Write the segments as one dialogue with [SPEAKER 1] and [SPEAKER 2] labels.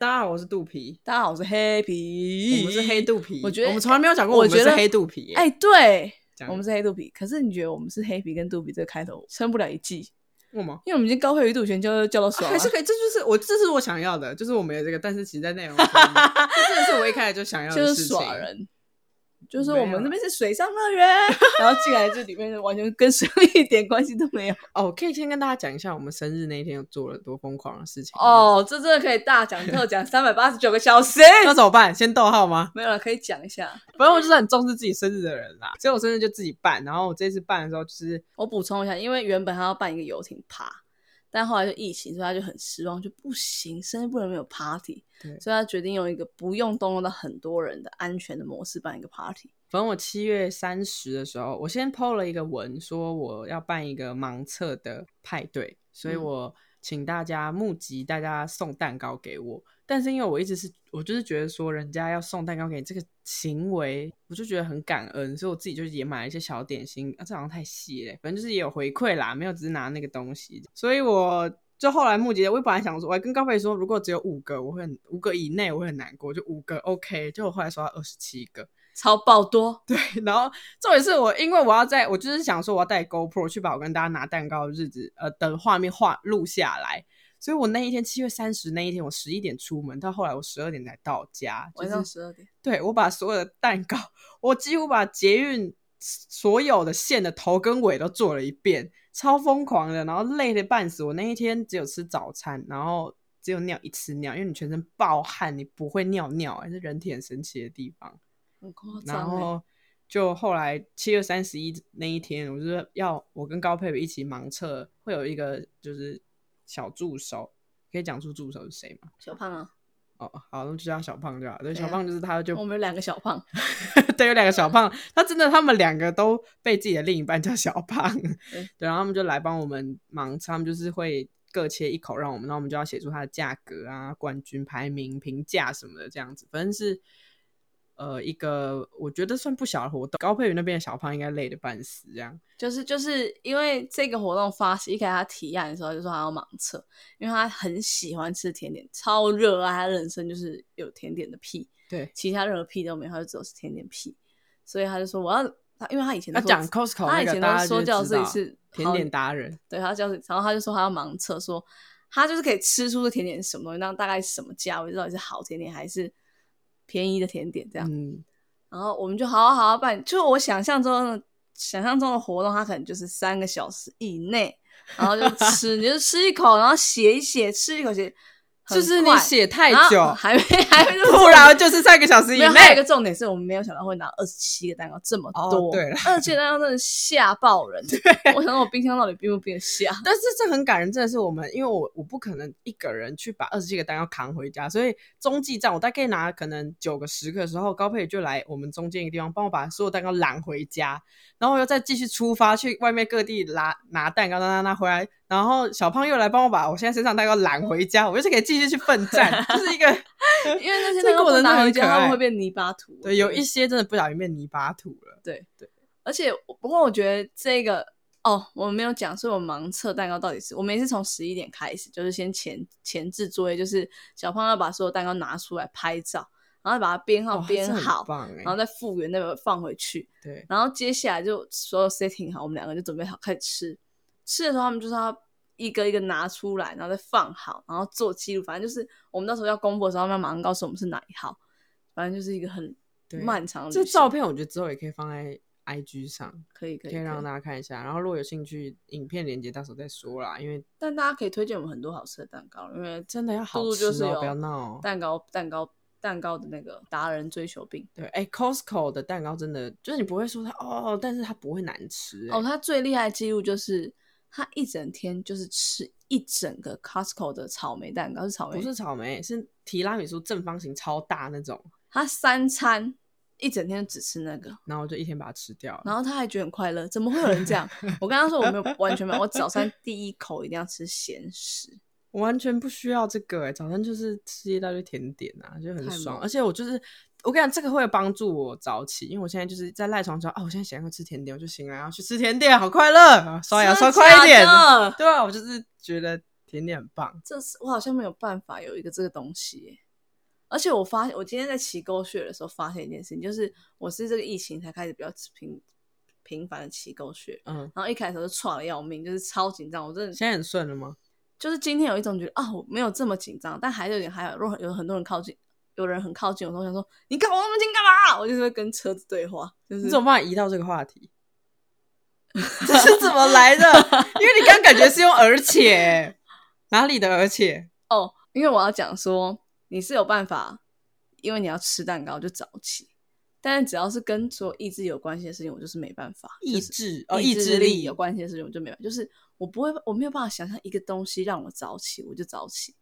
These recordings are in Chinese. [SPEAKER 1] 大家好，我是肚皮，
[SPEAKER 2] 大家好，我是黑皮，
[SPEAKER 1] 我们是黑。肚皮。
[SPEAKER 2] 我觉得
[SPEAKER 1] 我们从来没有讲过
[SPEAKER 2] 我
[SPEAKER 1] 们
[SPEAKER 2] 觉
[SPEAKER 1] 是
[SPEAKER 2] 得
[SPEAKER 1] 黑肚皮、
[SPEAKER 2] 哎、对，
[SPEAKER 1] 讲
[SPEAKER 2] 我们是黑肚皮。可是你觉得我们是黑皮跟肚皮这个开头撑不了一季，
[SPEAKER 1] 为什么？
[SPEAKER 2] 因为我们已经高配鱼肚全叫叫到爽
[SPEAKER 1] 还
[SPEAKER 2] 了。
[SPEAKER 1] 是可以，这就是我，这是我想要的，就是我们有这个，但是其实在内容上面， 这真的是我一开始就想要的
[SPEAKER 2] 就
[SPEAKER 1] 事情。
[SPEAKER 2] 是耍人，就是说
[SPEAKER 1] 没
[SPEAKER 2] 我们
[SPEAKER 1] 有
[SPEAKER 2] 那边是水上乐 园，然后进来这里面完全跟生命一点关系都没有。
[SPEAKER 1] 哦，可以先跟大家讲一下我们生日那一天有做了多疯狂的事情吗。
[SPEAKER 2] 哦，这真的可以大讲特讲三百八十九个小时。
[SPEAKER 1] 哎那怎么办？先逗号吗？
[SPEAKER 2] 没有了，可以讲一下。
[SPEAKER 1] 反正我就是很重视自己生日的人啦，所以我生日就自己办。然后我这次办的时候，就是
[SPEAKER 2] 我补充一下，因为原本他要办一个游艇趴，但后来就疫情，所以他就很失望，就不行，生日不能没有 party，
[SPEAKER 1] 对
[SPEAKER 2] 所以他决定用一个不用动用到很多人的安全的模式办一个 party。
[SPEAKER 1] 反正我七月三十的时候，我先 PO 了一个文，说我要办一个盲测的派对，所以
[SPEAKER 2] 嗯
[SPEAKER 1] 我请大家募集大家送蛋糕给我。但是因为我一直是我就是觉得说人家要送蛋糕给你这个行为，我就觉得很感恩，所以我自己就也买了一些小点心。啊，这好像太细了，反正就是也有回馈啦，没有只是拿那个东西。所以我就后来募集了，我本来想说，我还跟高飞说，如果只有五个，我会很五个以内我会很难过，就五个 OK。结果我后来收到二十七个。
[SPEAKER 2] 超爆多，
[SPEAKER 1] 然后重点是我，因为我要在我就是想说我要带 GoPro 去把我跟大家拿蛋糕的日子呃的画面画录下来，所以我那一天七月三十那一天，我十一点出门，到后来我十二点才到家，
[SPEAKER 2] 晚
[SPEAKER 1] 就
[SPEAKER 2] 上
[SPEAKER 1] 是
[SPEAKER 2] 十二点。
[SPEAKER 1] 对我把所有的蛋糕，我几乎把捷运所有的线的头跟尾都做了一遍，超疯狂的，然后累得半死。我那一天只有吃早餐，然后只有尿一次尿，因为你全身暴汗，你不会尿尿、欸，是人体很神奇的地方。
[SPEAKER 2] 很夸
[SPEAKER 1] 然
[SPEAKER 2] 张、欸，
[SPEAKER 1] 后就后来七月三十一那一天，我就是要我跟高佩一起盲测，会有一个就是小助手，可以讲出助手是谁吗？
[SPEAKER 2] 小胖啊，
[SPEAKER 1] 哦，好，那就叫小胖就好。对，
[SPEAKER 2] 对
[SPEAKER 1] 小
[SPEAKER 2] 啊
[SPEAKER 1] 胖就是他就
[SPEAKER 2] 我们有两个小胖，
[SPEAKER 1] 对，有两个小胖，他真的他们两个都被自己的另一半叫小胖，对
[SPEAKER 2] 对，
[SPEAKER 1] 然后他们就来帮我们忙，他们就是会各切一口让我们，那我们就要写出它的价格啊、冠军排名、评价什么的这样子，反正是呃一个我觉得算不小的活动。高佩宇那边的小胖应该累得半死，这样
[SPEAKER 2] 就是就是因为这个活动发起，一开始他提案的时候就说他要盲测，因为他很喜欢吃甜点，超热爱，他人生就是有甜点的癖，
[SPEAKER 1] 对，
[SPEAKER 2] 其他任何癖都没有，他就只有是甜点癖，所以他就说我要他，因为他以前
[SPEAKER 1] 他
[SPEAKER 2] 都
[SPEAKER 1] 讲
[SPEAKER 2] 说
[SPEAKER 1] Costco
[SPEAKER 2] 他
[SPEAKER 1] 那
[SPEAKER 2] 以
[SPEAKER 1] 个
[SPEAKER 2] 前
[SPEAKER 1] 大家
[SPEAKER 2] 都
[SPEAKER 1] 就
[SPEAKER 2] 说
[SPEAKER 1] 知
[SPEAKER 2] 叫自
[SPEAKER 1] 道
[SPEAKER 2] 己是
[SPEAKER 1] 甜
[SPEAKER 2] 好
[SPEAKER 1] 点达人，
[SPEAKER 2] 对，他叫自己，然后他就说他要盲测，说他就是可以吃出这甜点是什么东西，那大概是什么价位，到底是好甜点还是便宜的甜点这样。
[SPEAKER 1] 嗯，
[SPEAKER 2] 然后我们就好啊好好好办，就是我想象中的想象中的活动，它可能就是三个小时以内，然后就 吃，你就吃一口，然后写一写，吃一口写，很
[SPEAKER 1] 就是你
[SPEAKER 2] 快
[SPEAKER 1] 写太
[SPEAKER 2] 然后
[SPEAKER 1] 久，
[SPEAKER 2] 还没还没
[SPEAKER 1] 不然就是三个小时以
[SPEAKER 2] 没有，还有一
[SPEAKER 1] 内
[SPEAKER 2] 个。重点是我们没有想到会拿二十七个蛋糕这么
[SPEAKER 1] 哦
[SPEAKER 2] 多，
[SPEAKER 1] 对了
[SPEAKER 2] 二十七个蛋糕真的吓 爆人。我想到我冰箱到底冰不冰得下？
[SPEAKER 1] 但是这很感人，真的是我们，因为我我不可能一个人去把二十七个蛋糕扛回家，所以中继站我大概拿可能九个十个的时候，高佩就来我们中间一个地方帮我把所有蛋糕揽回家，然后我又再继续出发去外面各地拿拿蛋糕，拿拿拿回来，然后小胖又来帮我把我现在身上蛋糕揽回家，我就是可以继续去奋 战，就是一个
[SPEAKER 2] 因为那些
[SPEAKER 1] 这
[SPEAKER 2] 蛋糕
[SPEAKER 1] 过
[SPEAKER 2] 不
[SPEAKER 1] 程
[SPEAKER 2] 拿
[SPEAKER 1] 真的
[SPEAKER 2] 回
[SPEAKER 1] 很可
[SPEAKER 2] 家，他
[SPEAKER 1] 爱
[SPEAKER 2] 们会变泥巴土。
[SPEAKER 1] 对，有一些真的不小心变泥巴土了，
[SPEAKER 2] 而且我不过我觉得这个哦，我没有讲，所以我盲测蛋糕到底是我们也是从十一点开始，就是先前前置作业，就是小胖要把所有蛋糕拿出来拍照，然后把它编号
[SPEAKER 1] 哦
[SPEAKER 2] 编
[SPEAKER 1] 这很
[SPEAKER 2] 好，
[SPEAKER 1] 棒哎、
[SPEAKER 2] 然后再复原那个放回去，
[SPEAKER 1] 对，
[SPEAKER 2] 然后接下来就所有 setting 好，我们两个就准备好开始吃。吃的时候，他们就是要一个一个拿出来，然后再放好，然后做记录。反正就是我们到时候要公布的时候，他们要马上告诉我们是哪一号。反正就是一个很
[SPEAKER 1] 对
[SPEAKER 2] 漫长的
[SPEAKER 1] 这
[SPEAKER 2] 旅行
[SPEAKER 1] 照片我觉得之后也可以放在 IG 上。
[SPEAKER 2] 可以可以
[SPEAKER 1] 可以让
[SPEAKER 2] 可
[SPEAKER 1] 大家看一下。然后如果有兴趣，影片连接到时候再说啦，因为
[SPEAKER 2] 但大家可以推荐我们很多好吃的蛋糕，因为
[SPEAKER 1] 真的要好
[SPEAKER 2] 嘟嘟
[SPEAKER 1] 吃哦，
[SPEAKER 2] 就是有
[SPEAKER 1] 不要闹哦。
[SPEAKER 2] 蛋糕蛋糕蛋糕的那个达人追求病。
[SPEAKER 1] 对，哎、c o s t c o 的蛋糕真的就是你不会说它哦，但是它不会难吃、哎
[SPEAKER 2] 哦，他最厉害的记录就是他一整天就是吃一整个 Costco 的草莓蛋糕，是草莓，
[SPEAKER 1] 不是草莓，是提拉米苏正方形超大那种，
[SPEAKER 2] 他三餐一整天只吃那个，
[SPEAKER 1] 然后我就一天把它吃掉
[SPEAKER 2] 然
[SPEAKER 1] 了。
[SPEAKER 2] 后他还觉得很快乐，怎么会有人这样？ 我跟他说我没有完全没有，我早餐第一口一定要吃咸食，
[SPEAKER 1] 我完全不需要这个、哎，早餐就是吃一大堆甜点啊，就很
[SPEAKER 2] 太
[SPEAKER 1] 爽。
[SPEAKER 2] 猛
[SPEAKER 1] 而且我就是。我跟你讲，这个会帮助我早起，因为我现在就是在赖床上，哦，我现在想要吃甜点，我就醒来然后去吃甜点，好快乐，啊刷牙
[SPEAKER 2] 真
[SPEAKER 1] 刷
[SPEAKER 2] 的
[SPEAKER 1] 快一点，
[SPEAKER 2] 假 的
[SPEAKER 1] 对啊，我就是觉得甜点很棒。
[SPEAKER 2] 这是我好像没有办法有一个这个东西耶，而且我发现，我今天在骑狗血的时候发现一件事情，就是我是这个疫情才开始比较频频繁的骑狗血，
[SPEAKER 1] 嗯，
[SPEAKER 2] 然后一开始就喘的要命，就是超紧张，我真的
[SPEAKER 1] 现在很顺了吗？
[SPEAKER 2] 就是今天有一种觉得啊，我没有这么紧张，但还是有点害怕。如果有很多人靠近，有人很靠近我，我想说你干嘛那么近干嘛？我就是会跟车子对话，就是
[SPEAKER 1] 你怎么办法移到这个话 题？这是怎么来的？ 因为你刚感觉是用而且，欸哪里的而且？
[SPEAKER 2] 哦，因为我要讲说你是有办法，因为你要吃蛋糕就早起，但是只要是跟所有意志有关系的事情，我就是没办法。
[SPEAKER 1] 意
[SPEAKER 2] 就是
[SPEAKER 1] 志哦，
[SPEAKER 2] 意
[SPEAKER 1] 意
[SPEAKER 2] 志
[SPEAKER 1] 志
[SPEAKER 2] 力
[SPEAKER 1] 力
[SPEAKER 2] 有关系的事情，我就没办法。就是我不会，我没有办法想象一个东西让我早起，我就早起。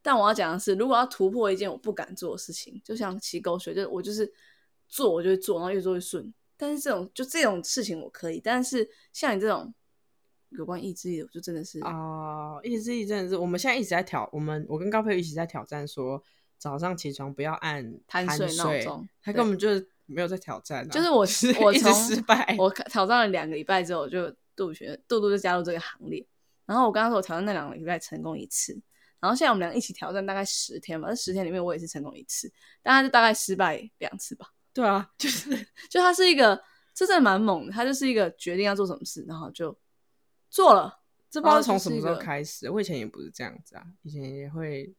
[SPEAKER 2] 但我要讲的是，如果要突破一件我不敢做的事情，就像骑狗血，就是我就是做，我就会做，然后越做越顺。但是这种就这种事情我可以，但是像你这种有关意志力的，我就真的是
[SPEAKER 1] 哦，意志力真的是，我们现在一直在挑，我们我跟高佩一起在挑战说，早上起床不要按
[SPEAKER 2] 贪睡
[SPEAKER 1] 睡
[SPEAKER 2] 闹钟
[SPEAKER 1] 他
[SPEAKER 2] 对
[SPEAKER 1] 根本就是没有在挑战啊、
[SPEAKER 2] 就是我我
[SPEAKER 1] 一直
[SPEAKER 2] 从
[SPEAKER 1] 失败。
[SPEAKER 2] 我挑战了两个礼拜之后，我就杜绝杜杜就加入这个行列。然后我刚刚说我挑战那两个礼拜成功一次，然后现在我们俩一起挑战大概十天吧，这十天里面我也是成功一次，但他就大概失败两次吧。
[SPEAKER 1] 对啊，就是
[SPEAKER 2] 就他是一个，这真的蛮猛的，他就是一个决定要做什么事，然后就做了。
[SPEAKER 1] 这不知道
[SPEAKER 2] 然后
[SPEAKER 1] 哦从
[SPEAKER 2] 哦就是
[SPEAKER 1] 什么时
[SPEAKER 2] 一
[SPEAKER 1] 候
[SPEAKER 2] 个
[SPEAKER 1] 开始，我以前也不是这样子啊，以前也会，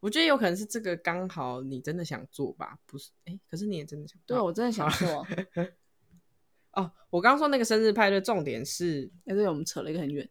[SPEAKER 1] 我觉得有可能是这个刚好你真的想做吧，不是？哎、可是你也真的想
[SPEAKER 2] 对，啊哦
[SPEAKER 1] 到
[SPEAKER 2] 我真的想做， 哎
[SPEAKER 1] 哦，我刚刚说那个生日派对，重点是
[SPEAKER 2] 哎，对，我们扯了一个很远。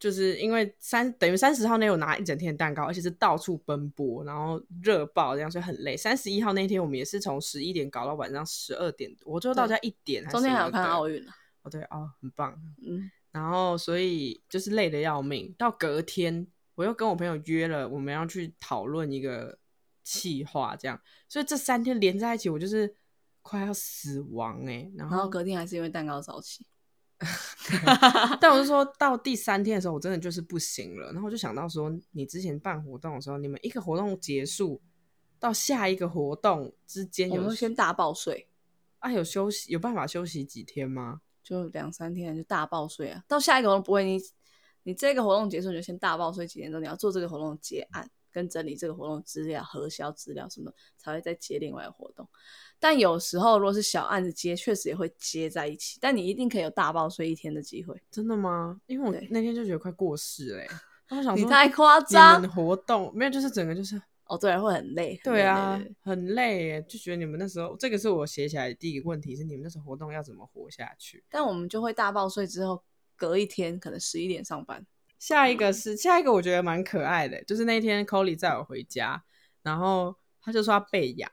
[SPEAKER 1] 就是因为三等于三十号那天我拿一整天的蛋糕，而且是到处奔波，然后热爆这样，所以很累。三十一号那天我们也是从十一点搞到晚上十二点，我最后到家一点还是什
[SPEAKER 2] 中
[SPEAKER 1] 么的。
[SPEAKER 2] 间还有看到奥
[SPEAKER 1] 运
[SPEAKER 2] 运了，
[SPEAKER 1] 哦，对哦，很棒。
[SPEAKER 2] 嗯，
[SPEAKER 1] 然后所以就是累得要命。到隔天我又跟我朋友约了，我们要去讨论一个企划，这样。所以这三天连在一起，我就是快要死亡哎、然
[SPEAKER 2] 然后
[SPEAKER 1] 后
[SPEAKER 2] 隔天还是因为蛋糕早起，
[SPEAKER 1] 但我是说到第三天的时候，我真的就是不行了。然后我就想到说，你之前办活动的时候，你们一个活动结束到下一个活动之间
[SPEAKER 2] 我
[SPEAKER 1] 哎有
[SPEAKER 2] 们先大爆睡，
[SPEAKER 1] 啊有休息有办法休息几天吗？
[SPEAKER 2] 就两三天就大爆睡啊。到下一个活动不会，你你这个活动结束你就先大爆睡几天之后，你要做这个活动的结案，跟整理这个活动资料、核销资料什么的，才会再接另外一个活动。但有时候如果是小案子接，确实也会接在一起，但你一定可以有大爆睡一天的机会。
[SPEAKER 1] 真的吗？因为我
[SPEAKER 2] 对
[SPEAKER 1] 那天就觉得快过世了欸、然后我想
[SPEAKER 2] 你
[SPEAKER 1] 说
[SPEAKER 2] 太夸
[SPEAKER 1] 你们的
[SPEAKER 2] 张
[SPEAKER 1] 活动没有，就是整个就是
[SPEAKER 2] 哦，对，会很累。很
[SPEAKER 1] 对
[SPEAKER 2] 累
[SPEAKER 1] 啊
[SPEAKER 2] 对对对，
[SPEAKER 1] 很累耶，就觉得你们那时候这个是我写起来的第一个问题是你们那时候活动要怎么活下去。
[SPEAKER 2] 但我们就会大爆睡之后，隔一天可能十一点 上班，
[SPEAKER 1] 下一个是下一个，我觉得蛮可爱的，就是那天 Colly 载我回家，然后他就说他背 痒，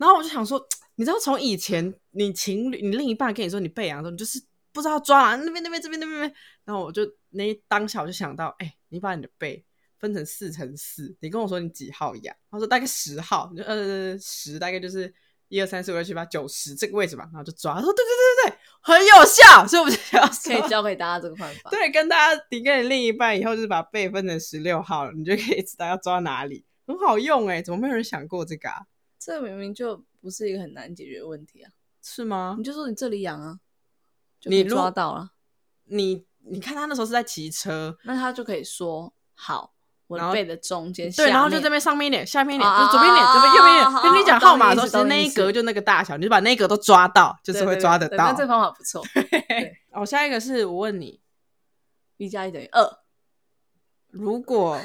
[SPEAKER 1] 然后我就想说，你知道从以前你情侣你另一半跟你说你背痒的时候，你就是不知道抓哪那边那边这边那边，那边然后我就那一当下我就想到，哎、你把你的背分成四乘四，你跟我说你几号痒，他说大概十号，你就呃十大概就是。一二三四五六七八九十这个位置吧，然后就抓。他说对对对对对，很有效，所以我们就要
[SPEAKER 2] 可以
[SPEAKER 1] 说
[SPEAKER 2] 教给大家这个办法。
[SPEAKER 1] 对，跟大家，你跟你另一半以后就是把背分成十六号了，你就可以知道要抓哪里，很好用哎、怎么没有人想过这个啊？
[SPEAKER 2] 这明明就不是一个很难解决的问题啊。
[SPEAKER 1] 是吗
[SPEAKER 2] 你？就说你这里痒啊，就
[SPEAKER 1] 你
[SPEAKER 2] 可以
[SPEAKER 1] 如
[SPEAKER 2] 抓到了，
[SPEAKER 1] 你你看他那时候是在骑车，
[SPEAKER 2] 那他就可以说好，我
[SPEAKER 1] 然后
[SPEAKER 2] 的背的中间，
[SPEAKER 1] 对，
[SPEAKER 2] 下
[SPEAKER 1] 然后就
[SPEAKER 2] 面
[SPEAKER 1] 这边上面一点，下面一点，哦
[SPEAKER 2] 啊
[SPEAKER 1] 就是左边一点，左边右边一
[SPEAKER 2] 啊啊啊
[SPEAKER 1] 点，
[SPEAKER 2] 啊
[SPEAKER 1] 跟哦你讲
[SPEAKER 2] 懂
[SPEAKER 1] 号码的
[SPEAKER 2] 意
[SPEAKER 1] 时
[SPEAKER 2] 思
[SPEAKER 1] 候，其实
[SPEAKER 2] 懂
[SPEAKER 1] 那
[SPEAKER 2] 意
[SPEAKER 1] 一
[SPEAKER 2] 思
[SPEAKER 1] 格就那个大小，你就把那一格都抓到，就
[SPEAKER 2] 对
[SPEAKER 1] 是会
[SPEAKER 2] 对
[SPEAKER 1] 抓
[SPEAKER 2] 对
[SPEAKER 1] 得
[SPEAKER 2] 对
[SPEAKER 1] 到
[SPEAKER 2] 那。这个方法不错，对
[SPEAKER 1] 哦，下一个是我问你，
[SPEAKER 2] 一加一等于二，
[SPEAKER 1] 如 果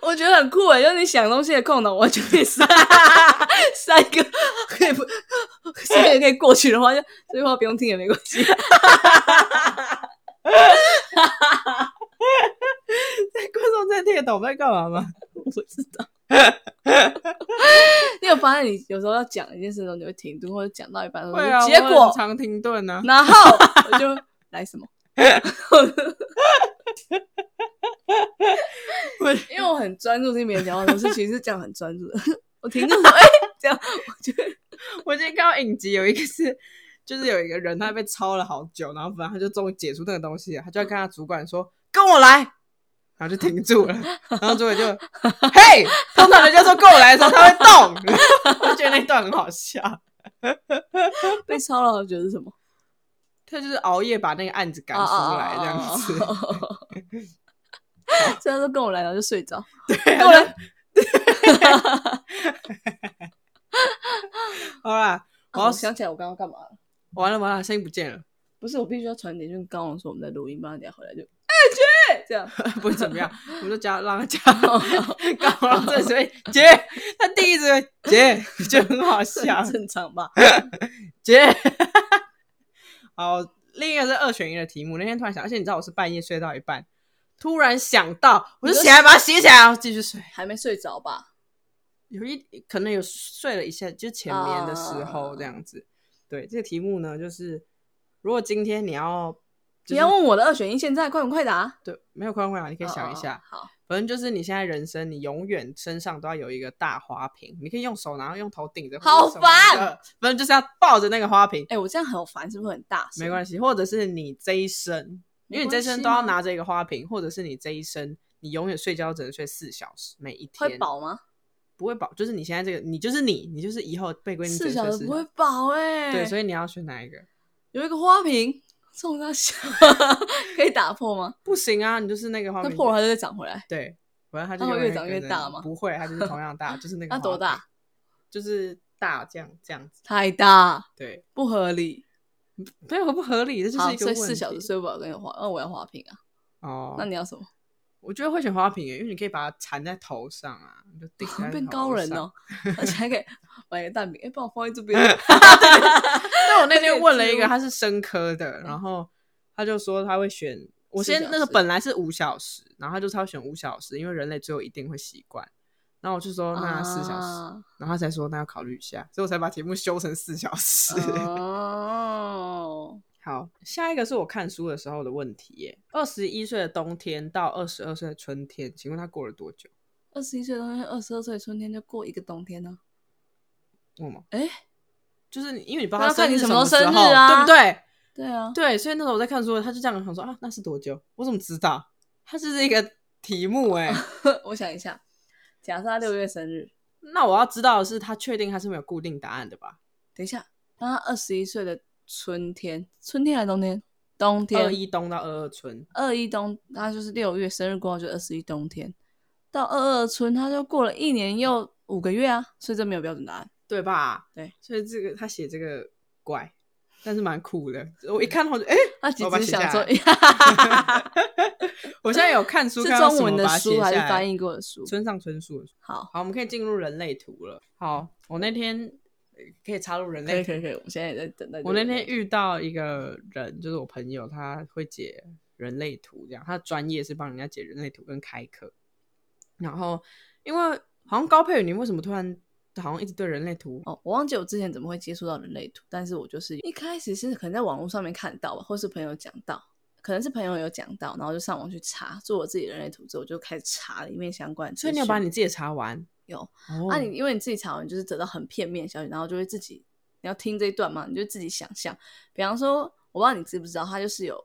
[SPEAKER 2] 我觉得很酷诶，欸就是你想东西的空档，我觉得也是 三个可以不，三个可以过去的话，就这句话不用听也没关系。
[SPEAKER 1] 观众真的听得懂我们在干嘛吗？
[SPEAKER 2] 我不知道。你有发现，你有时候要讲一件事的时候，你会停顿，或者讲到一半的时候
[SPEAKER 1] 会
[SPEAKER 2] 就，
[SPEAKER 1] 啊，
[SPEAKER 2] 结
[SPEAKER 1] 我
[SPEAKER 2] 果
[SPEAKER 1] 很常停顿啊呢。
[SPEAKER 2] 然后我就来什么，因为我很专注听别人讲话，我是其实是这样很专注的。我停顿说，哎、这样我觉得
[SPEAKER 1] 我今天看到影集有一个是，就是有一个人他被抄了好久，然后反正他就终于解除那个东西了，他就要跟他主管说跟我来，然后就停住了，然后主管就嘿，通常人家说跟我来的时候他会动，我就觉得那一段很好笑，
[SPEAKER 2] 被抄了好久是什么？
[SPEAKER 1] 他就是熬夜把那个案子赶出来这样子，
[SPEAKER 2] 这样都跟我来，然后就睡着。
[SPEAKER 1] 对
[SPEAKER 2] 跟我来，
[SPEAKER 1] 好啦，我
[SPEAKER 2] 啊
[SPEAKER 1] 要
[SPEAKER 2] 我想起来我刚刚干嘛了？
[SPEAKER 1] 完了完了，声音不见了，
[SPEAKER 2] 不是，我必须要传简讯告我说我们在录音，不然等一下回来就哎、姐这样。
[SPEAKER 1] 不会怎么样，我们就加让他加
[SPEAKER 2] 好
[SPEAKER 1] 刚好让这所以哎姐，他第一次姐就很好笑
[SPEAKER 2] 很，正常吧？
[SPEAKER 1] 姐。 好，另一个是二选一的题目。那天突然想，而且你知道我是半夜睡到一半，突然想到，我就
[SPEAKER 2] 你就
[SPEAKER 1] 起来把它写起来，然哦后继续睡。
[SPEAKER 2] 还没睡着吧？
[SPEAKER 1] 有一可能有睡了一下，就前面的时候这样子。对，这个题目呢，就是如果今天你要，就是、
[SPEAKER 2] 你要问我的二选一，现在快问快答。
[SPEAKER 1] 对，没有快问快答，你可以想一下。
[SPEAKER 2] 哦，哦哦好，
[SPEAKER 1] 反正就是你现在人生，你永远身上都要有一个大花瓶，你可以用手拿，然后用头顶着，
[SPEAKER 2] 好
[SPEAKER 1] 或者什么的。反正就是要抱着那个花瓶，
[SPEAKER 2] 哎、我这样很烦，是不是很大声？
[SPEAKER 1] 没关系。或者是你这一生，因为你这一生都要
[SPEAKER 2] 啊
[SPEAKER 1] 拿着一个花瓶，或者是你这一生，你永远睡觉只能睡四小时，每一天
[SPEAKER 2] 会饱吗？
[SPEAKER 1] 不会饱，就是你现在这个，你就是你，你就是以后被归你只能
[SPEAKER 2] 四小
[SPEAKER 1] 睡
[SPEAKER 2] 时
[SPEAKER 1] 四
[SPEAKER 2] 不会饱哎、
[SPEAKER 1] 对，所
[SPEAKER 2] 以
[SPEAKER 1] 以你要选哪一个？
[SPEAKER 2] 有一个花瓶冲他笑，可以打破吗？
[SPEAKER 1] 不行啊，你就是那个花
[SPEAKER 2] 那
[SPEAKER 1] 瓶。
[SPEAKER 2] 破了它就再长回来。
[SPEAKER 1] 对，反正它就
[SPEAKER 2] 它会
[SPEAKER 1] 永远
[SPEAKER 2] 越长
[SPEAKER 1] 跟
[SPEAKER 2] 越
[SPEAKER 1] 着
[SPEAKER 2] 大
[SPEAKER 1] 你
[SPEAKER 2] 吗
[SPEAKER 1] 不会，它就是同样大，就是 那个。
[SPEAKER 2] 它多大？？
[SPEAKER 1] 就是大这样这样子。
[SPEAKER 2] 太大，
[SPEAKER 1] 对，
[SPEAKER 2] 不合理。
[SPEAKER 1] 没有合不合理，这就
[SPEAKER 2] 好，
[SPEAKER 1] 是一个
[SPEAKER 2] 所以
[SPEAKER 1] 问题。
[SPEAKER 2] 四小时睡不饱，跟有花，那我要花瓶啊。
[SPEAKER 1] 哦，
[SPEAKER 2] 那你要什么？
[SPEAKER 1] 我觉得会选花瓶欸耶，因为你可以把它缠在头上啊， 你就顶在
[SPEAKER 2] 变
[SPEAKER 1] 头
[SPEAKER 2] 高人
[SPEAKER 1] 上
[SPEAKER 2] 哦。，而且还可以买个蛋饼，哎、帮我放在这边。
[SPEAKER 1] 但我那天问了一个，
[SPEAKER 2] 他
[SPEAKER 1] 他是生科的，然后他就说他会选。我
[SPEAKER 2] 嗯四
[SPEAKER 1] 先
[SPEAKER 2] 小
[SPEAKER 1] 那个
[SPEAKER 2] 时
[SPEAKER 1] 本来是五小时，然后他就说他选五小时，因为人类最后一定会习惯。然后我就说
[SPEAKER 2] 啊
[SPEAKER 1] 那四小时，然后他才说那要考虑一下，所以我才把题目修成四小时。
[SPEAKER 2] 哦，
[SPEAKER 1] 好，下一个是我看书的时候的问题耶。二十一岁的冬天到二十二岁的春天，请问他过了多久？
[SPEAKER 2] 二十一岁的冬天，二十二岁的春天就过一个冬天呢、
[SPEAKER 1] 问吗？
[SPEAKER 2] 哎
[SPEAKER 1] 就是你因为你不知道
[SPEAKER 2] 那要
[SPEAKER 1] 他
[SPEAKER 2] 看你
[SPEAKER 1] 生日
[SPEAKER 2] 什
[SPEAKER 1] 什
[SPEAKER 2] 么
[SPEAKER 1] 么
[SPEAKER 2] 时
[SPEAKER 1] 时
[SPEAKER 2] 候
[SPEAKER 1] 候，
[SPEAKER 2] 啊
[SPEAKER 1] 对不对？
[SPEAKER 2] 对啊，
[SPEAKER 1] 对，所以那时候我在看书，他就这样想说啊，那是多久？我怎么知道？它是一个题目 哎、
[SPEAKER 2] 我想一下，假设他六月生日，
[SPEAKER 1] 那我要知道的是，他确定他是没有固定答案的吧？
[SPEAKER 2] 等一下，那他二十一岁的春天，春天还是冬天？冬天
[SPEAKER 1] 二一冬到二二春，
[SPEAKER 2] 二一冬，他就是六月生日过后就二十一冬天，到二二春他就过了一年又五个月啊，所以这没有标准答案。
[SPEAKER 1] 对吧？
[SPEAKER 2] 对，
[SPEAKER 1] 所以这个他写这个怪，但是蛮酷的。我一看后 就哎、
[SPEAKER 2] 他其
[SPEAKER 1] 我把
[SPEAKER 2] 实
[SPEAKER 1] 它写下
[SPEAKER 2] 想说，
[SPEAKER 1] 我现在有看书，
[SPEAKER 2] 是
[SPEAKER 1] 看到
[SPEAKER 2] 中
[SPEAKER 1] 什
[SPEAKER 2] 文
[SPEAKER 1] 么
[SPEAKER 2] 的
[SPEAKER 1] 把它
[SPEAKER 2] 书
[SPEAKER 1] 写
[SPEAKER 2] 还是
[SPEAKER 1] 下来
[SPEAKER 2] 翻译过的书？
[SPEAKER 1] 村上春树的书。
[SPEAKER 2] 好，
[SPEAKER 1] 好，我们可以进入人类图了。好，我那天呃可以插入人
[SPEAKER 2] 可
[SPEAKER 1] 类
[SPEAKER 2] 以
[SPEAKER 1] 图
[SPEAKER 2] 可以可以，我现在也在等待这个
[SPEAKER 1] 我
[SPEAKER 2] 问
[SPEAKER 1] 那
[SPEAKER 2] 题。
[SPEAKER 1] 天遇到一个人，就是我朋友，他会解人类图，这样，他的专业是帮人家解人类图跟开课。然后，因为好像高佩宇，你为什么突然好像一直对人类图？
[SPEAKER 2] 哦，我忘记我之前怎么会接触到人类图，但是我就是一开始是可能在网络上面看到吧，或是朋友讲到，可能是朋友有讲到，然后就上网去查，做我自己人类图之后，我就开始查里面相关的资
[SPEAKER 1] 所以
[SPEAKER 2] 讯。
[SPEAKER 1] 你有把你自己的查完？
[SPEAKER 2] 有
[SPEAKER 1] 哦
[SPEAKER 2] 啊你，因为你自己查完就是得到很片面的消息，然后就会自己你要听这一段嘛，你就自己想象。比方说，我不知道你知不知道，它就是有，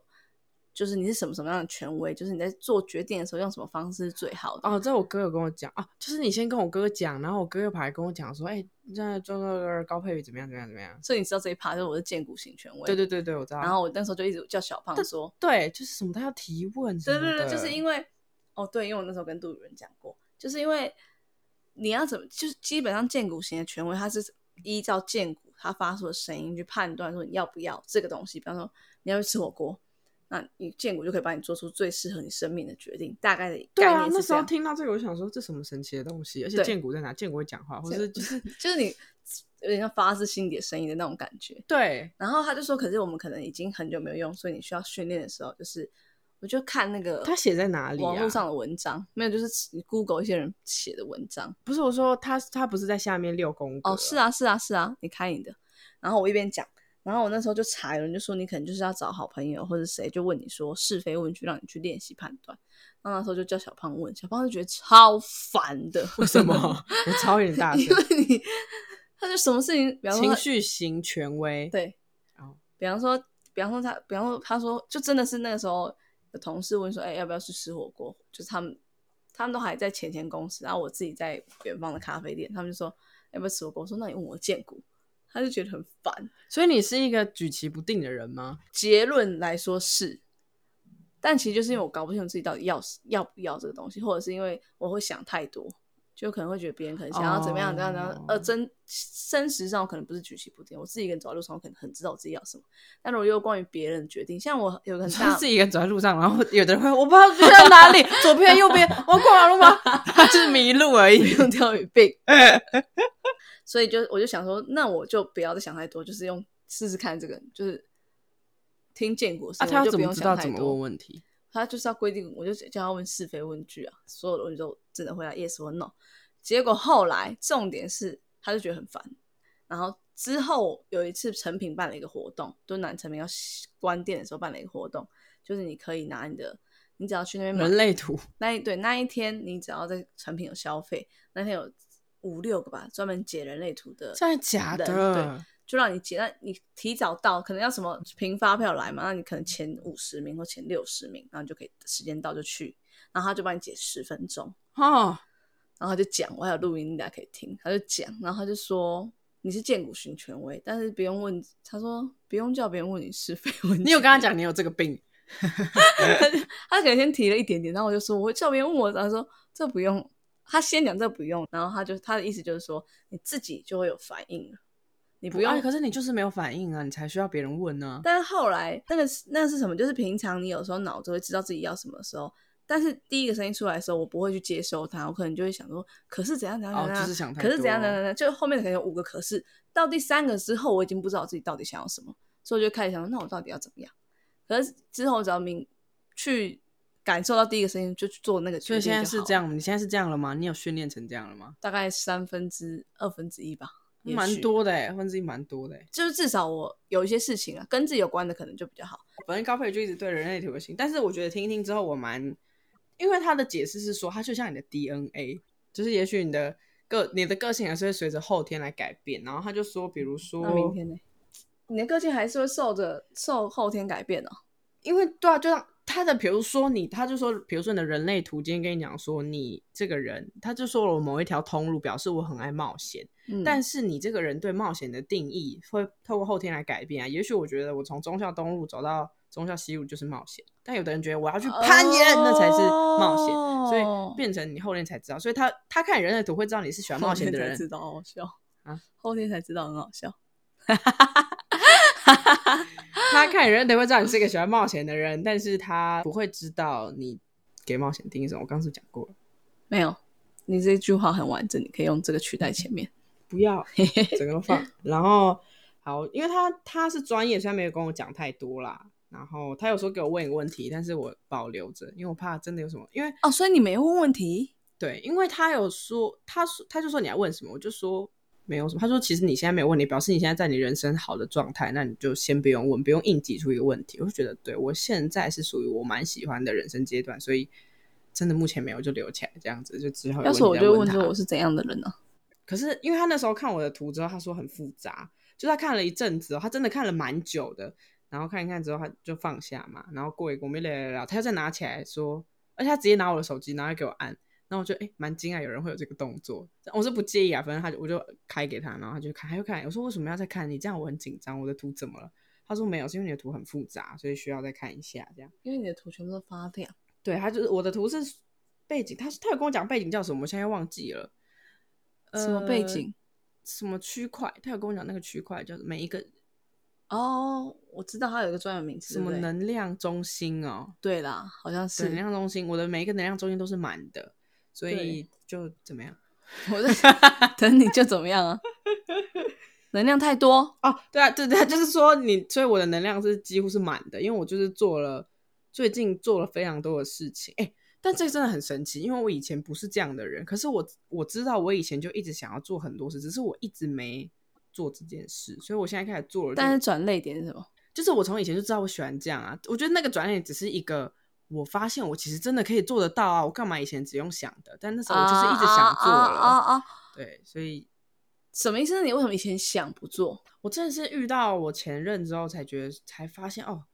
[SPEAKER 2] 就是你是什么什么样的权威，就是你在做决定的时候用什么方式是最好的。
[SPEAKER 1] 哦，这我哥有跟我讲啊，就是你先跟我哥讲，然后我哥又跑来跟我讲说，哎、那这这高佩宇怎么样怎么样怎么样？
[SPEAKER 2] 所以你知道这一趴就是我是荐股型权威。
[SPEAKER 1] 对对对对，我知道。
[SPEAKER 2] 然后我那时候就一直叫小胖说，
[SPEAKER 1] 对，就是什么他要提问什
[SPEAKER 2] 对
[SPEAKER 1] 么的，
[SPEAKER 2] 对对，就是因为哦，对，因为我那时候跟杜宇伦讲过，就是因为你要怎么，就是基本上建骨型的权威，他是依照建骨他发出的声音去判断说你要不要这个东西。比方说你要去吃火锅，那你建骨就可以帮你做出最适合你生命的决定，大概的
[SPEAKER 1] 对
[SPEAKER 2] 概
[SPEAKER 1] 啊，
[SPEAKER 2] 念
[SPEAKER 1] 那
[SPEAKER 2] 是
[SPEAKER 1] 时
[SPEAKER 2] 这
[SPEAKER 1] 候
[SPEAKER 2] 样。
[SPEAKER 1] 听到这个，我就想说这什么神奇的东西，而且
[SPEAKER 2] 对
[SPEAKER 1] 剑骨在哪？剑骨会讲话，或
[SPEAKER 2] 对
[SPEAKER 1] 是就是
[SPEAKER 2] 就是你有点像发自心底的声音的那种感觉。
[SPEAKER 1] 对
[SPEAKER 2] 然后他就说，可是我们可能已经很久没有用，所以你需要训练的时候，就是我就看那个
[SPEAKER 1] 他写在哪里、啊？
[SPEAKER 2] 网络上的文章，没有，就是你 Google 一些人写的文章。
[SPEAKER 1] 不是我说他他不是在下面六宫格
[SPEAKER 2] 哦，是，啊，是啊，是啊，你开你的。然后我一边讲，然后我那时候就查，有人就说你可能就是要找好朋友或者谁，就问你说是非问句，让你去练习判断。然后那时候就叫小胖问，小胖就觉得超烦的，
[SPEAKER 1] 为 什么？我超有点大声
[SPEAKER 2] 因。为你他就什么事情，比方说
[SPEAKER 1] 情
[SPEAKER 2] 他
[SPEAKER 1] 绪型权威，
[SPEAKER 2] 对，
[SPEAKER 1] 哦
[SPEAKER 2] 比方说，比方说他，比方说他说，就真的是那个时候有同事问说，哎、要不要去吃火锅？就是他们，他们都还在前前公司，然后我自己在远方的咖啡店，他们就说哎要不要吃火锅？我说那你问我荐股，他就觉得很烦。
[SPEAKER 1] 所以你是一个举棋不定的人吗？
[SPEAKER 2] 结论来说是，但其实就是因为我搞不清楚自己到底要是要不要这个东西，或者是因为我会想太多，就可能会觉得别人可能想要怎么样怎么样怎么样，呃，
[SPEAKER 1] 哦
[SPEAKER 2] 真真实上我可能不是举棋不定，我自己一个人走在路上，我可能很知道我自己要什么。但如果又关于别人的决定，像我有个很
[SPEAKER 1] 就
[SPEAKER 2] 大
[SPEAKER 1] 是自 己一个人走在路上，然后有的人会我不知道在哪里，左边右边，我要过马路吗？他就是迷路而已。 哎
[SPEAKER 2] 用 钓鱼病，所以就我就想说，那我就不要再想太多，就是用试试看这个，就是听见过
[SPEAKER 1] 啊，
[SPEAKER 2] 声音，
[SPEAKER 1] 他
[SPEAKER 2] 我
[SPEAKER 1] 要
[SPEAKER 2] 就
[SPEAKER 1] 怎
[SPEAKER 2] 不
[SPEAKER 1] 么
[SPEAKER 2] 用
[SPEAKER 1] 知道
[SPEAKER 2] 想太
[SPEAKER 1] 怎么
[SPEAKER 2] 多。
[SPEAKER 1] 问问题？
[SPEAKER 2] 他就是要规定，我就叫他问是非问句啊，所有的问题都只能回答 yes 或 no。结果后来重点是，他就觉得很烦。然后之后有一次成品办了一个活动，敦南成品要关店的时候办了一个活动，就是你可以拿你的，你只要去那边买
[SPEAKER 1] 人类 图
[SPEAKER 2] 那一对那一天，你只要在成品有消费，那天有五六个吧，专门解人类图的，
[SPEAKER 1] 真的假
[SPEAKER 2] 对，
[SPEAKER 1] 的？
[SPEAKER 2] 就让你解。那你提早到，可能要什么凭发票来嘛，那你可能前五十名或前六十名，然后你就可以时间到就去，然后他就帮你解十分钟，
[SPEAKER 1] 哦，
[SPEAKER 2] 然后他就讲，我还有录音，大家可以听，他就讲，然后他就说。你是见骨寻权威，但是不用问，他说不用叫别人问你是非问题。
[SPEAKER 1] 你有跟他讲你有这个病？
[SPEAKER 2] 他可能先提了一点点，然后我就说，我叫别人问我，然后说这不用，他先讲这不用，然后他就他的意思就是说，你自己就会有反应了，你不用。
[SPEAKER 1] 啊可是你就是没有反应啊，你才需要别人问呢、
[SPEAKER 2] 但是后来那个是那个是什么？就是平常你有时候脑子会知道自己要什么的时候，但是第一个声音出来的时候，我不会去接收它，我可能就会想说，可是怎样怎样
[SPEAKER 1] 哦
[SPEAKER 2] 怎样，
[SPEAKER 1] 就是想太
[SPEAKER 2] 可是怎样
[SPEAKER 1] 多
[SPEAKER 2] 怎样怎样，就后面可能有五个可是，到第三个之后，我已经不知道我自己到底想要什么，所以我就开始想说，那我到底要怎么样？可是之后只要明去感受到第一个声音，就去做那个
[SPEAKER 1] 所
[SPEAKER 2] 决定
[SPEAKER 1] 以现在
[SPEAKER 2] 就是好
[SPEAKER 1] 这
[SPEAKER 2] 了，
[SPEAKER 1] 样，你现在是这样了吗？你有训练成这样了吗？
[SPEAKER 2] 大概三分之二分之一吧，也
[SPEAKER 1] 蛮
[SPEAKER 2] 许。
[SPEAKER 1] 多的、欸，分之一蛮多的、欸。
[SPEAKER 2] 就是至少我有一些事情啊，跟自己有关的可能就比较好。
[SPEAKER 1] 反正高佩就一直对人类图有信，但是我觉得听一听之后，我蛮，因为他的解释是说，它就像你的 DNA，就是也许你的个你的个性还是会随着后天来改变。然后他就说，比如说
[SPEAKER 2] 那明天呢？哦你的个性还是会受着受后天改变哦。
[SPEAKER 1] 因为对啊，就像他的，比如说你，他就说，比如说你的人类图今天跟你讲说，你这个人，他就说了我某一条通路，表示我很爱冒险。
[SPEAKER 2] 嗯
[SPEAKER 1] 但是你这个人对冒险的定义会透过后天来改变啊。也许我觉得我从忠孝东路走到忠孝西路就是冒险，但有的人觉得我要去攀岩，那才是冒险，所
[SPEAKER 2] 哦
[SPEAKER 1] 以变成你后天才知道。所以他他看你人类图会知道你是喜欢冒险的
[SPEAKER 2] 后天才
[SPEAKER 1] 人
[SPEAKER 2] 知，道好笑
[SPEAKER 1] 啊，
[SPEAKER 2] 后天才知道很好笑。
[SPEAKER 1] 他看你人类图会知道你是一个喜欢冒险的人，但是他不会知道你给冒险定义什么。我刚刚是不是讲过了。
[SPEAKER 2] 没有，你这句话很完整，你可以用这个取代前面。
[SPEAKER 1] 不要，整个都放。然后好，因为他他是专业，所以他没有跟我讲太多啦。然后他有时候给我问一个问题，但是我保留着，因为我怕真的有什么。因为
[SPEAKER 2] 哦，所以你没问问题，
[SPEAKER 1] 对，因为他有说，他说他就说你要问什么，我就说没有什么。他说其实你现在没有问题，表示你现在在你人生好的状态，那你就先不用问，不用硬挤出一个问题。我就觉得对我现在是属于我蛮喜欢的人生阶段，所以真的目前没有就留起来这样子，就之后有
[SPEAKER 2] 要是我
[SPEAKER 1] 问题再
[SPEAKER 2] 就问
[SPEAKER 1] 他
[SPEAKER 2] 说我是怎样的人呢、
[SPEAKER 1] 可是因为他那时候看我的图之后，他说很复杂，就他看了一阵子、哦，他真的看了蛮久的，然后看一看之后他就放下嘛，然后过一过，我们聊聊聊，他又再拿起来说，而且他直接拿我的手机，然后给我按，然后我就哎蛮惊讶有人会有这个动作，我是不介意啊，反正他就我就开给他，然后他就看，他就看，我说为什么要再看你这样我很紧张，我的图怎么了？他说没有，是因为你的图很复杂，所以需要再看一下这样。
[SPEAKER 2] 因为你的图全部都发亮，
[SPEAKER 1] 对，他就是我的图是背景，他他有跟我讲背景叫什么，我现在忘记了。
[SPEAKER 2] 什么背
[SPEAKER 1] 呃
[SPEAKER 2] 景？
[SPEAKER 1] 什么区块，他有跟我讲那个区块叫每一个
[SPEAKER 2] 哦，我知道它有一个专有名词，
[SPEAKER 1] 什么
[SPEAKER 2] 对不对？
[SPEAKER 1] 能量中心哦，
[SPEAKER 2] 对啦，好像
[SPEAKER 1] 对能
[SPEAKER 2] 是。
[SPEAKER 1] 量中心，我的每一个能量中心都是满的，所以
[SPEAKER 2] 对
[SPEAKER 1] 就怎么样？
[SPEAKER 2] 我在等你就怎么样啊？能量太多，
[SPEAKER 1] 哦，对啊，对对啊，就是说你，所以我的能量是几乎是满的，因为我就是做了最近做了非常多的事情，哎，但这真的很神奇，因为我以前不是这样的人，可是我我知道我以前就一直想要做很多事，只是我一直没做这件事，所以我现在开始做了就，
[SPEAKER 2] 但是转泪点是什么？
[SPEAKER 1] 就是我从以前就知道我喜欢这样啊。我觉得那个转念只是一个，我发现我其实真的可以做得到啊。我干嘛以前只用想的？但那时候我就是一直想做了，
[SPEAKER 2] 啊啊啊啊啊
[SPEAKER 1] 对，所以
[SPEAKER 2] 什么意思？你为什么以前想不做？
[SPEAKER 1] 我真的是遇到我前任之后，才觉得才发现哦，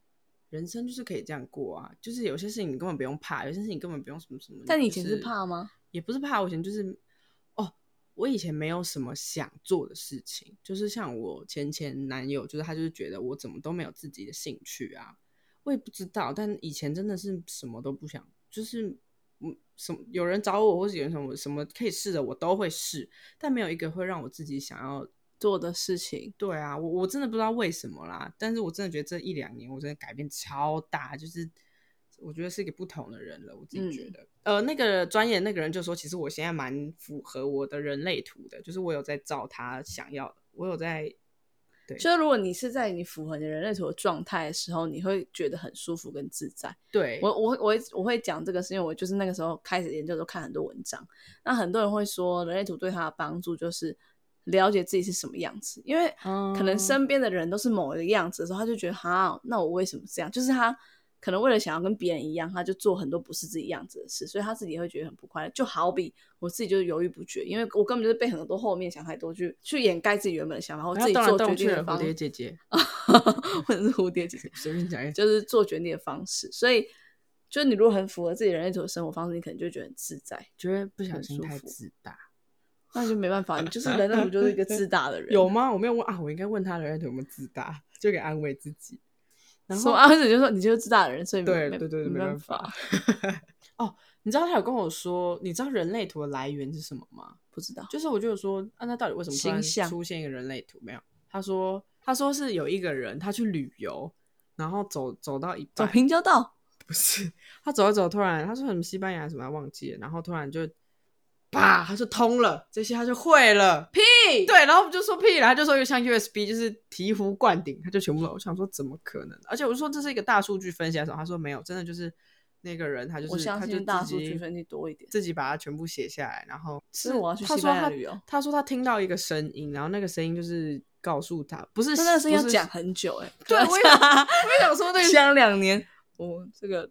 [SPEAKER 1] 人生就是可以这样过啊。就是有些事情你根本不用怕，有些事情你根本不用什么什么。
[SPEAKER 2] 但你以
[SPEAKER 1] 就
[SPEAKER 2] 前嗯是怕吗？
[SPEAKER 1] 也不是怕，我以前就是哦，我以前没有什么想做的事情，就是像我前前男友，就是他就是觉得我怎么都没有自己的兴趣啊，我也不知道，但以前真的是什么都不想，就是嗯，什么有人找我，或者有人什么什么可以试的，我都会试，但没有一个会让我自己想要。
[SPEAKER 2] 做的事情，
[SPEAKER 1] 对啊，我我真的不知道为什么啦，但是我真的觉得这一两年我真的改变超大，就是我觉得是一个不同的人了，我自己
[SPEAKER 2] 嗯
[SPEAKER 1] 觉得。呃，那个专业那个人就说，其实我现在蛮符合我的人类图的，就是我有在照他想要的，我有在对
[SPEAKER 2] 就是如果你是在你符合你人类图的状态的时候，你会觉得很舒服跟自在。
[SPEAKER 1] 对
[SPEAKER 2] 我我会我会我会讲这个，是因为我就是那个时候开始研究，都看很多文章。那很多人会说，人类图对他的帮助就是了解自己是什么样子，因为
[SPEAKER 1] 嗯
[SPEAKER 2] 可能身边的人都是某一个样子的时候，他就觉得哈，那我为什么这样？就是他可能为了想要跟别人一样，他就做很多不是自己样子的事，所以他自己也会觉得很不快乐。就好比我自己就是犹豫不决，因为我根本就是被很多后面想太多去去掩盖自己原本的想法，我
[SPEAKER 1] 我
[SPEAKER 2] 自己
[SPEAKER 1] 动来
[SPEAKER 2] 做
[SPEAKER 1] 动
[SPEAKER 2] 决
[SPEAKER 1] 去
[SPEAKER 2] 定的
[SPEAKER 1] 的
[SPEAKER 2] 方
[SPEAKER 1] 蝴蝶姐姐，
[SPEAKER 2] 或者是蝴蝶结，
[SPEAKER 1] 随便讲一讲。
[SPEAKER 2] 就是做决定的方式。所以，就是你如果很符合自己人类图的生活方式，你可能就会觉得很自在，
[SPEAKER 1] 觉得不小
[SPEAKER 2] 很
[SPEAKER 1] 心
[SPEAKER 2] 舒
[SPEAKER 1] 太
[SPEAKER 2] 服
[SPEAKER 1] 自大，
[SPEAKER 2] 那你就没办法，你就是人类图就是一个自大的 人。
[SPEAKER 1] 有吗？我没有问啊，我应该问他人类图有没有自大，就给安慰自己。然
[SPEAKER 2] 说啊
[SPEAKER 1] 后
[SPEAKER 2] 阿伟就 说你就是自大的人，所以没
[SPEAKER 1] 对
[SPEAKER 2] 没
[SPEAKER 1] 对对对，
[SPEAKER 2] 没
[SPEAKER 1] 办
[SPEAKER 2] 办法，。
[SPEAKER 1] 哦，你知道他有跟我说，你知道人类图的来源是什么吗？
[SPEAKER 2] 不知道。
[SPEAKER 1] 就是我就有说，啊，那到底为什么突然
[SPEAKER 2] 形象
[SPEAKER 1] 出现一个人类图？没有，他说他说是有一个人他去旅游，然后走走到一
[SPEAKER 2] 走
[SPEAKER 1] 半，
[SPEAKER 2] 平交道，
[SPEAKER 1] 不是他走一走，突然他说什么西班牙什么忘记了，然后突然就啪，他就通了，这些他就会了。
[SPEAKER 2] 屁！
[SPEAKER 1] 对，然后我们就说屁啦，他就说又像 USB 就是醍醐灌顶，他就全部都。我想说怎么可能？而且我就说这是一个大数据分析的时候，他说没有，真的就是那个人他就是
[SPEAKER 2] 我相信
[SPEAKER 1] 他
[SPEAKER 2] 大
[SPEAKER 1] 就自
[SPEAKER 2] 数
[SPEAKER 1] 己
[SPEAKER 2] 据分析多一点
[SPEAKER 1] 自己把它全部写下来，然后
[SPEAKER 2] 是我要去
[SPEAKER 1] 他
[SPEAKER 2] 西
[SPEAKER 1] 说
[SPEAKER 2] 班牙
[SPEAKER 1] 他
[SPEAKER 2] 旅游
[SPEAKER 1] 他说他听到一个声音，然后那个声音就是告诉他，不是
[SPEAKER 2] 那那个声音
[SPEAKER 1] 不
[SPEAKER 2] 要
[SPEAKER 1] 是
[SPEAKER 2] 讲很久哎、欸，
[SPEAKER 1] 对我也
[SPEAKER 2] 我
[SPEAKER 1] 我也想说那个
[SPEAKER 2] 想两年，我这个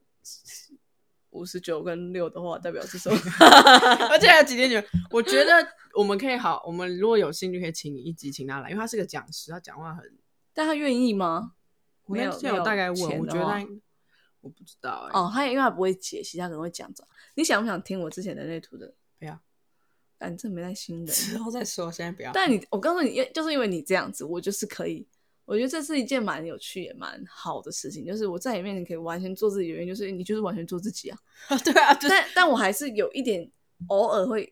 [SPEAKER 2] 五十九跟六的话代表是什么？
[SPEAKER 1] 而且还有几天觉得，我觉得我们可以好，我们如果有兴趣可以请一集请他来，因为他是个讲师，他讲话很。
[SPEAKER 2] 但他愿意吗？没有
[SPEAKER 1] 那天我大概问，
[SPEAKER 2] 没有
[SPEAKER 1] 我
[SPEAKER 2] 钱
[SPEAKER 1] 觉
[SPEAKER 2] 的
[SPEAKER 1] 得
[SPEAKER 2] 话
[SPEAKER 1] 他我不知道哎、
[SPEAKER 2] 哦，他也因为他不会解析，他可能会讲着。你想不想听我之前人类图的？
[SPEAKER 1] 不要，
[SPEAKER 2] 但你真没耐心的。
[SPEAKER 1] 之后再说，现在不要。
[SPEAKER 2] 但你，我告诉你，就是因为你这样子，我就是可以。我觉得这是一件蛮有趣也蛮好的事情，就是我在你面前可以完全做自己的原因，就是你就是完全做自己啊。
[SPEAKER 1] 对啊，就是
[SPEAKER 2] 但但我还是有一点偶尔会，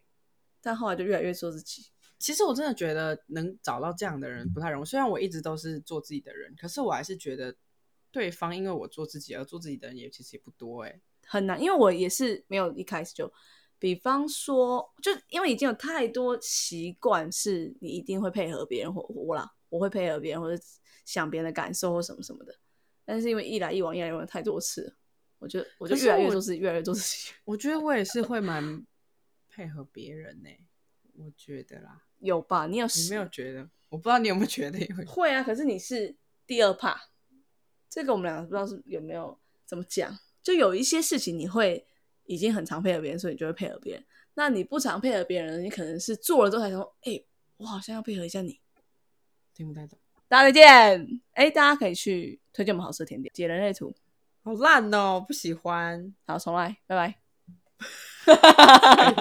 [SPEAKER 2] 但后来就越来越做自己。
[SPEAKER 1] 其实我真的觉得能找到这样的人不太容易。虽然我一直都是做自己的人，可是我还是觉得对方因为我做自己而做自己的人也其实也不多哎、
[SPEAKER 2] 很难，因为我也是没有一开始就，比方说，就因为已经有太多习惯是你一定会配合别人或我啦，我会配合别人或者想别人的感受或什么什么的，但是因为一来一往，一来一往太多次了，我就我就
[SPEAKER 1] 可是
[SPEAKER 2] 越来越
[SPEAKER 1] 我
[SPEAKER 2] 做自己，越来越做自己，
[SPEAKER 1] 我觉得我也是会蛮配合别人呢、我觉得啦，
[SPEAKER 2] 有吧？你有
[SPEAKER 1] 你
[SPEAKER 2] 试
[SPEAKER 1] 没有觉得？我不知道你有没有觉得有
[SPEAKER 2] 会啊？可是你是第二怕，这个我们两个不知道是有没有怎么讲，就有一些事情你会已经很常配合别人，所以你就会配合别人。那你不常配合别人，你可能是做了之后才想说，哎、我好像要配合一下你。
[SPEAKER 1] 听不太懂，
[SPEAKER 2] 大家再见。哎，大家可以去推荐我们好吃的甜点，解人类图。
[SPEAKER 1] 好烂哦、不喜欢。
[SPEAKER 2] 好，重来，拜拜。